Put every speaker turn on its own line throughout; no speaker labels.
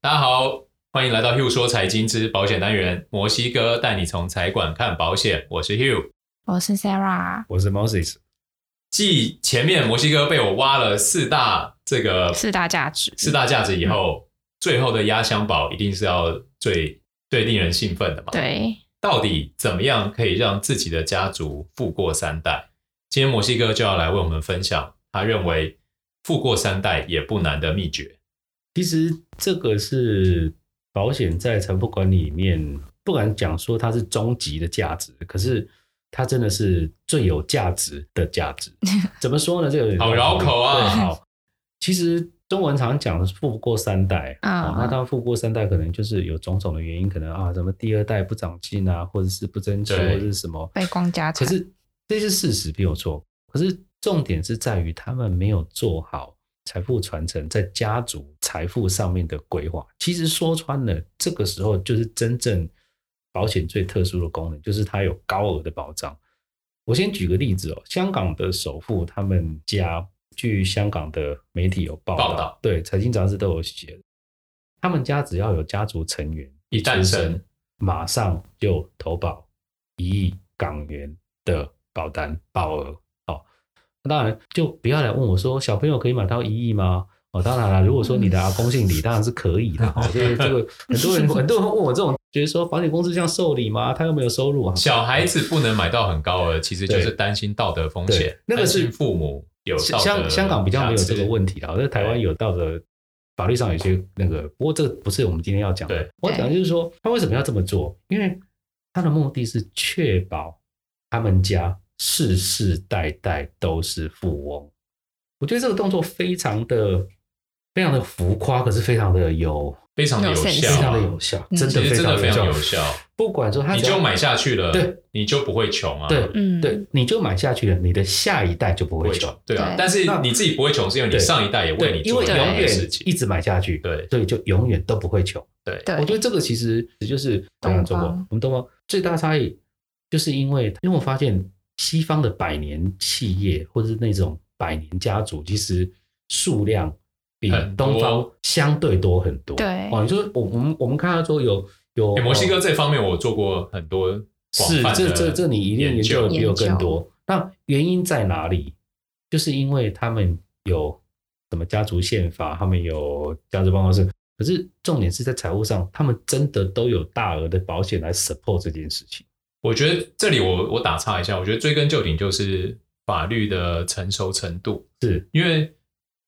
大家好，欢迎来到 Hugh 说财经之保险单元，摩西哥带你从财管看保险，我是 Hugh。
我哦是 Sarah，
我是 Moses，
继前面摩西哥被我挖了四大这个
四大价值，嗯
四大价值以后，最后的压箱宝一定是要最最令人兴奋的嘛？，
对，
到底怎么样可以让自己的家族富过三代？今天摩西哥就要来为我们分享他认为富过三代也不难的秘诀。
其实这个是保险在财富管理里面，不敢讲说它是终极的价值，可是它真的是最有价值的价 值。怎么说呢？这个
好绕口啊
对好，其实中文常讲富不过三代
嗯
啊、那它富不过三代，可能就是有种种的原因，可能啊，什么第二代不长进啊，或者是不争气，或
对
者是什么
被光家
可
产，
是这是事实，没有错。可是重点是在于他们没有做好财富传承在家族财富上面的规划。其实说穿了，这个时候就是真正保险最特殊的功能，就是它有高额的保障。我先举个例子哦，香港的首富他们家，据香港的媒体有报道，
报道
对财经杂志都有写，他们家只要有家族成员
一诞
出
生，
马上就投保一亿港元的保单保额。哦，那当然就不要来问我说，小朋友可以买到一亿吗？哦，当然了，如果说你的阿公姓李，当然是可以的。哦，这个这个很多人 很多人问我这种，觉得说保险公司这样受理吗？他又没有收入啊。
小孩子不能买到很高额，其实就是
对
担心道德风险
对，那个
担心
是
父母有道德
香香港比较没有这个
题。
问题啦，在台湾有道德法律上有些那个，不过这个不是我们今天要讲的
对。
我讲的就是说，他为什么要这么做？因为他的目的是确保他们家世世代代都是富翁。我觉得这个动作非常的、非常的浮夸，可是非常的有、
非常的有
有
效
sense
非
啊，
常的有效，
嗯
真的
其实
非
真的
常
非常
有
有效。
不管说他
你
只要
就买下去了，
对，
你就不会穷啊。
对
嗯，
对，你就买下去了，你的下一代就不
不
会
会
穷
穷。，对啊
对。
但是
那
你自己不会穷，是因为你
对
上一代也为
对，
你
因
做
为
了
永
这样的
远
事情
一。直买下去，
对
所以就永远都不会穷。
对
对
我觉得这个其实就是
东方
刚刚中国，我们东方最大差异，就是因为因为我发现西方的百年企业或者是那种百年家族，其实数量比
很多
东方相对多很多。
对
哦，你说我我们我们看到说有有
哎诶摩西哥
哦
这方面我做过很多广
是
泛的
这这这你一定研究的比我更多。那原因在哪里？就是因为他们有什么家族宪法，他们有家族办公室，可是重点是在财务上，他们真的都有大额的保险来 support 这件事情。
我觉得这里我我打岔一下，我觉得追根究底就是法律的成熟程度，
是
因为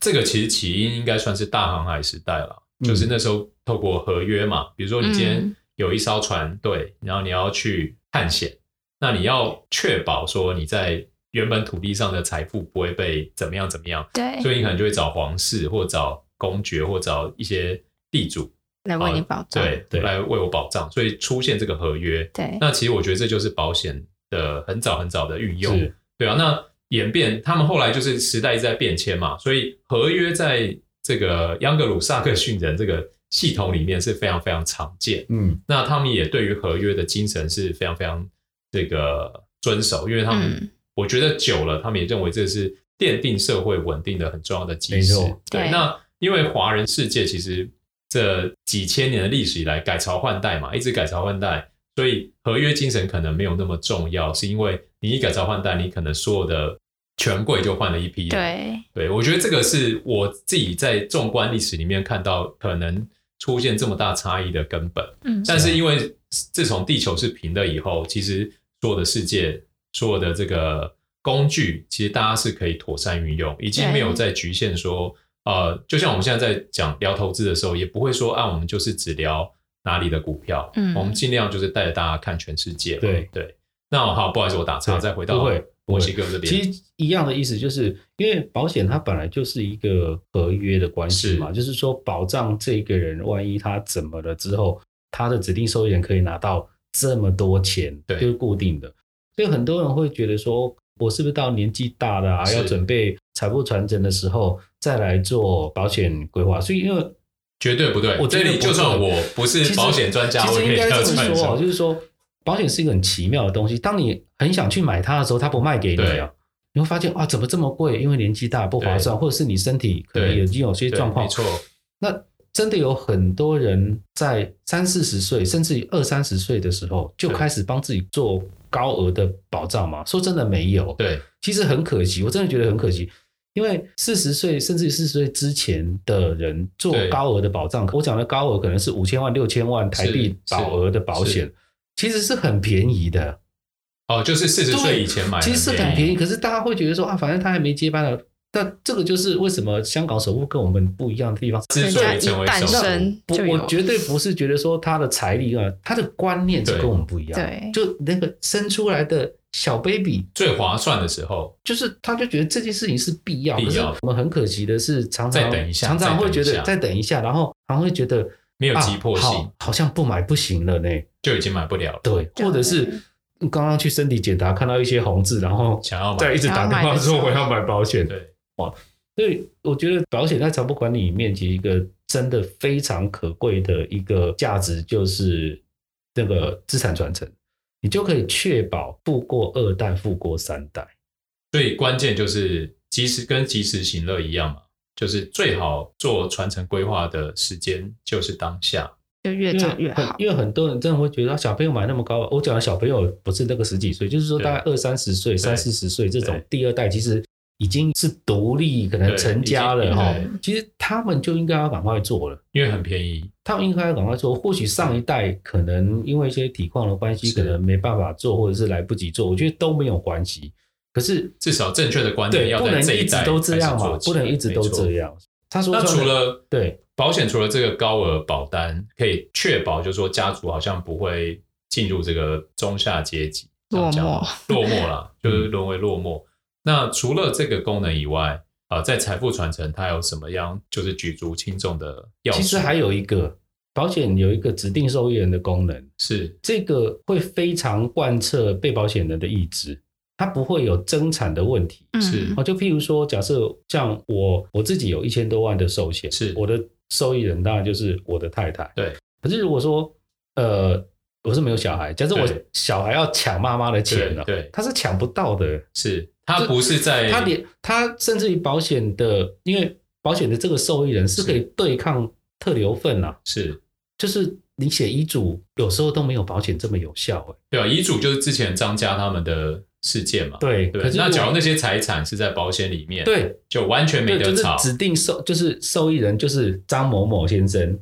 这个其实起因应该算是大航海时代了，
嗯
就是那时候透过合约嘛，比如说你今天
嗯
有一艘船队，然后你要去探险，那你要确保说你在原本土地上的财富不会被怎么样怎么样，
对，
所以你可能就会找皇室或找公爵或找一些地主
来为你保障，
哦对
对
来为我保障，所以出现这个合约。
对
那其实我觉得这就是保险的很早很早的运用，
是，
对啊，那演变，他们后来就是时代一直在变迁嘛，所以合约在这个央格鲁萨克逊人这个系统里面是非常非常常见。
嗯，
那他们也对于合约的精神是非常非常这个遵守，因为他们、
嗯
我觉得久了，他们也认为这是奠定社会稳定的很重要的基石
没错。
对
那因为华人世界其实这几千年的历史以来改朝换代嘛，一直改朝换代，所以合约精神可能没有那么重要，是因为你一改朝换代，你可能所有的权贵就换了一批人。
对
对，我觉得这个是我自己在纵观历史里面看到可能出现这么大差异的根本。
嗯，
但是因为自从地球是平的以后，其实所有的世界、所有的这个工具，其实大家是可以妥善运用，已经没有在局限说，呃，就像我们现在在讲聊投资的时候，也不会说啊，我们就是只聊哪里的股票，
嗯
我们尽量就是带着大家看全世界嘛。
对
对，那好，不好意思，我打岔，
对
再回到
不会不
墨
会
西哥这边。
其实一样的意思，就是因为保险它本来就是一个合约的关系
是
嘛，就是说保障这个人，万一他怎么了之后，他的指定受益人可以拿到这么多钱，
对
就是固定的。所以很多人会觉得说，我是不是到年纪大了啊，
是
要准备财富传承的时候再来做保险规划？所以因为
绝对不对，
我
这
觉得
里
不
就算
对
我不是
其实
保险专家，
其
我
实
也可
应
以
该
跳
这么
转
说
手
哦，就是说保险是一个很奇妙的东西。当你很想去买它的时候，它不卖给你
对
啊，你会发现啊，怎么这么贵？因为年纪大不划算，或者是你身体可能
对
已经有些
对
状况
没，错，
那真的有很多人在三四十岁，甚至于二三十岁的时候，就
对
开始帮自己做高额的保障吗？说真的，没有。
对
其实很可惜，我真的觉得很可惜，因为四十岁甚至于四十岁之前的人做
对
高额的保障，我讲的高额可能是五千万、六千万台币
是
保额的保
是
险，其实是很便宜的，
哦，就是四十岁以前买，
其实是很便宜。可是大家会觉得说啊，反正他还没接班了。但这个就是为什么香港首富跟我们不一样的地方。
之
人
所
家
以
一
成为
诞
首富
生
不
就，有
我绝对不是觉得说他的财力啊，他的观念是
对
跟我们不一样。
对
就那个生出来的小 baby，
最划算的时候，
就是他就觉得这件事情是必要，
必要
可是我们很可惜的是，常常
再等一下
常常会觉得
再
再等一下，然后好像会觉得
没有急迫性
啊好好像不买不行了呢。
就已经买不了了，
对，
对
或者是嗯刚刚去身体检查看到一些红字，然后
想要
再
买
一，直打电话说我要买保险。
对，
所以我觉得保险在财富管理里面，其实一个真的非常可贵的一个价值就是那个资产传承，你就可以确保富过二代、富过三代。
所以关键就是及时跟及时行乐一样嘛，就是最好做传承规划的时间就是当下，
就越
因为
早越
很
好。
因为很多人真的会觉得啊小朋友买那么高，我讲的小朋友不是那个十几岁，就是说
对
大概二三十岁、三四十岁这种
对
第二代，其实已经是独立，可能
对
成家了哈
已经。
其实他们就应该要赶快做了。
因为很便宜，
他们应该要赶快做，或许上一代可能因为一些体况的关系，
是
可能没办法做，或者是来不及做，我觉得都没有关系。可是
至少正确的观念
对，
要
不
在
能
这
一直
代
都这样
开始
嘛
做，起
不能一直都
没错
这样。他说
那
穿
除
的
了
对
保险，除了这个高额保单，可以确保就是说家族好像不会进入这个中下阶级这样讲吗落寞 啦，就是沦为落寞。那除了这个功能以外，啊、在财富传承它有什么样就是举足轻重的要素？
其实还有一个保险有一个指定受益人的功能，
是
这个会非常贯彻被保险人的意志，它不会有增产的问题。
嗯
是
哦，就譬如说，假设像我我自己有一千多万的寿险，
是
我的受益人当然就是我的太太。
对，
可是如果说呃我是没有小孩，假设我
对
小孩要抢妈妈的钱啊了、
对对
他是抢不到的。
是，它不是在
他连他甚至于保险的，因为保险的这个受益人是可以对抗特留份啊，
是
就是你写遗嘱有时候都没有保险这么有效、欸
对啊，遗嘱就是之前张家他们的事件嘛。
对，
对不
可是
对，那
如
假
果
如那些财产是在保险里面，，
对
就完全没
对，就
得
是
吵，
指定受就是受益人就是张某某先生，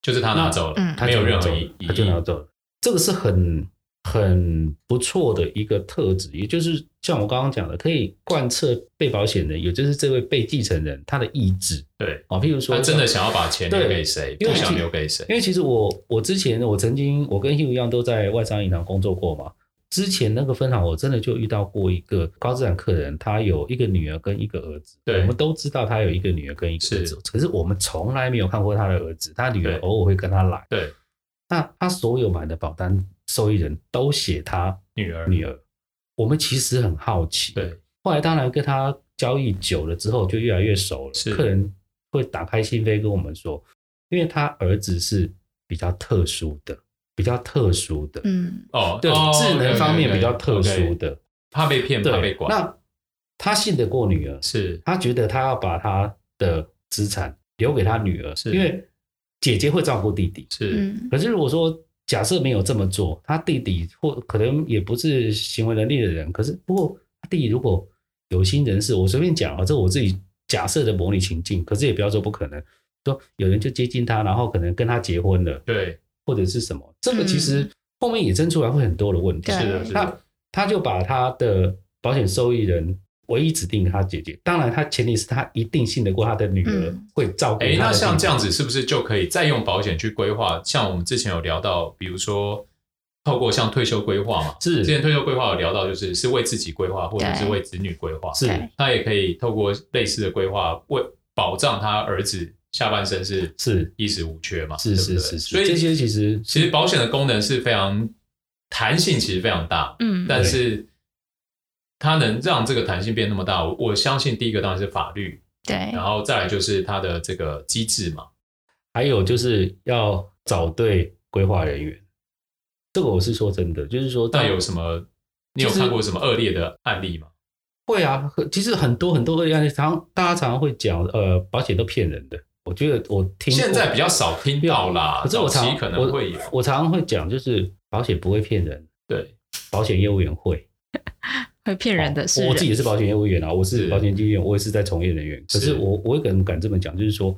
就是他拿走了
嗯，
他
没
就
有
拿
任
走
何
了
疑疑
他就
义
拿走了，这个是很很不错的一个特质，也就是像我刚刚讲的，可以贯彻被保险人，也就是这位被继承人他的意志
对，
啊、譬如说
他真的想要把钱留给谁，
对
不想留给谁，
因为其实我我之前我曾经我跟 Hugh 一样都在外商银行工作过嘛，之前那个分行我真的就遇到过一个高资产客人，他有一个女儿跟一个儿子，
对
我们都知道他有一个女儿跟一个儿子，可是我们从来没有看过他的儿子，他女
对
儿偶尔会跟他来，
对，
那他所有买的保单受益人都写他
女儿，
女儿，我们其实很好奇，
对，
后来当然跟他交易久了之后，就越来越熟了。
是
客人会打开心扉跟我们说，因为他儿子是比较特殊的，比较特殊的，
嗯，
哦，
对、
哦
智能方面
对对
比较特殊
对
的，
怕被骗，怕被
对。
管，
那他信得过女儿，
是
他觉得他要把他的资产留给他女儿，
是
因为姐姐会照顾弟弟。
是，
嗯，
可是如果说假设没有这么做，他弟弟或可能也不是行为能力的人，可是不过他弟弟如果有心人士，我随便讲啊，这我自己假设的模拟情境，可是也不要说不可能，说有人就接近他，然后可能跟他结婚了，
对，
或者是什么，这个其实后面衍生出来会很多的问题。
对
是的，是
那
的，
他就把他的保险受益人。唯一指定他姐姐，当然他前提是他一定信得过他的女儿
嗯
会照顾他
哎，
的弟弟。
那像这样子是不是就可以再用保险去规划？像我们之前有聊到，比如说透过像退休规划嘛，
是
之前退休规划有聊到，就是是为自己规划，或者是为子女规划，
是
对
他也可以透过类似的规划，为保障他儿子下半生是
是
衣食无缺嘛，
是
对不
是
对
是是，
所以
这些其实
其实保险的功能是非常弹性，其实非常大，
嗯，
但是它能让这个弹性变那么大，我我相信第一个当然是法律，
对
然，后再来就是它的这个机制嘛，
还有就是要找对规划人员，这个我是说真的，就是说
但有什么？你有
就是
看过什么恶劣的案例吗？
会啊，很其实很多很多个案例，常大家常常会讲，呃，保险都骗人的，我觉得我听过
现在比较少听到啦，
可是我
早
常
期可能
我
会有，
我常常会讲，就是保险不会骗人，
对，
保险业务员会。
会骗人
哦
的是
哦我自
人，
己也是保险业务员啊，我是
是
保险经纪人，我也是在从业人员。可
是
是我我为什么敢这么讲？就是说，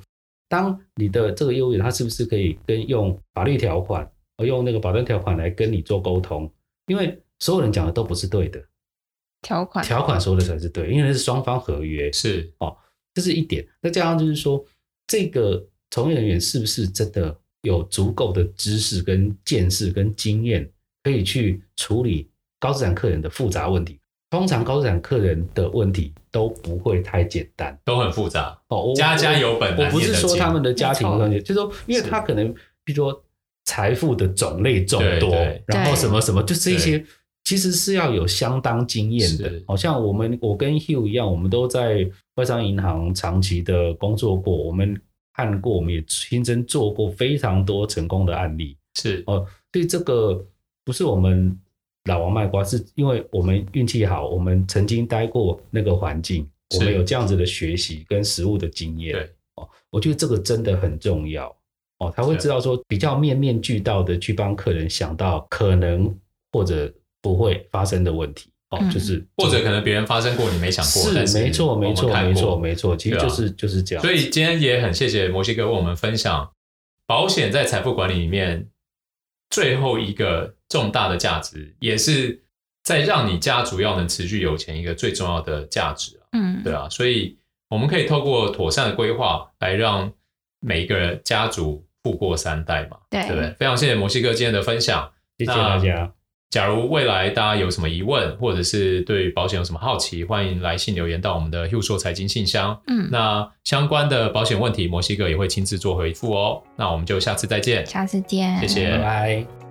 当你的这个业务员他是不是可以跟用法律条款，呃用那个保单条款来跟你做沟通？因为所有人讲的都不是对的，
条款
条款说的才是对，因为那是双方合约，
是
哦这是一点。再加上就是说，这个从业人员是不是真的有足够的知识、跟见识、跟经验，可以去处理高资产客人的复杂问题？通常高资产客人的问题都不会太简单
都很复杂，
哦。我
家家有本
我
难
不
念
是
的
说
经
他们的家庭关系，
没
就是说，因为
是
他可能，比如说财富的种类众
对
多
对，
然后什么什么，就这
对
些，其实是要有相当经验的
是。
好像我们，我跟 Hugh 一样，我们都在外商银行长期的工作过，我们看过，我们也亲身做过非常多成功的案例。
是
哦，所以这个不是我们老王卖瓜，是因为我们运气好，我们曾经待过那个环境，
是
我们有这样子的学习跟实务的经验。
对，
哦，我觉得这个真的很重要。哦，他会
是
知道说比较面面俱到的去帮客人想到可能或者不会发生的问题。哦，
嗯
就是
或者可能别人发生过你没想过，但
是没错，
我们
没错，
看
没
过
错，没错，其实
对啊
就是就是这样。
所以今天也很谢谢墨西哥为我们分享保险在财富管理里面最后一个重大的价值，也是在让你家族要能持续有钱一个最重要的价值啊，
嗯，
对啊，所以我们可以透过妥善的规划来让每一个家族富过三代嘛，
对
对不对？非常谢谢墨西哥今天的分享。
谢谢大家，
假如未来大家有什么疑问，或者是对于保险有什么好奇，欢迎来信留言到我们的 Hugh 说财经信箱。
嗯，
那相关的保险问题，摩西哥也会亲自做回复哦。那我们就下次再见，
下次见，
谢谢
拜拜。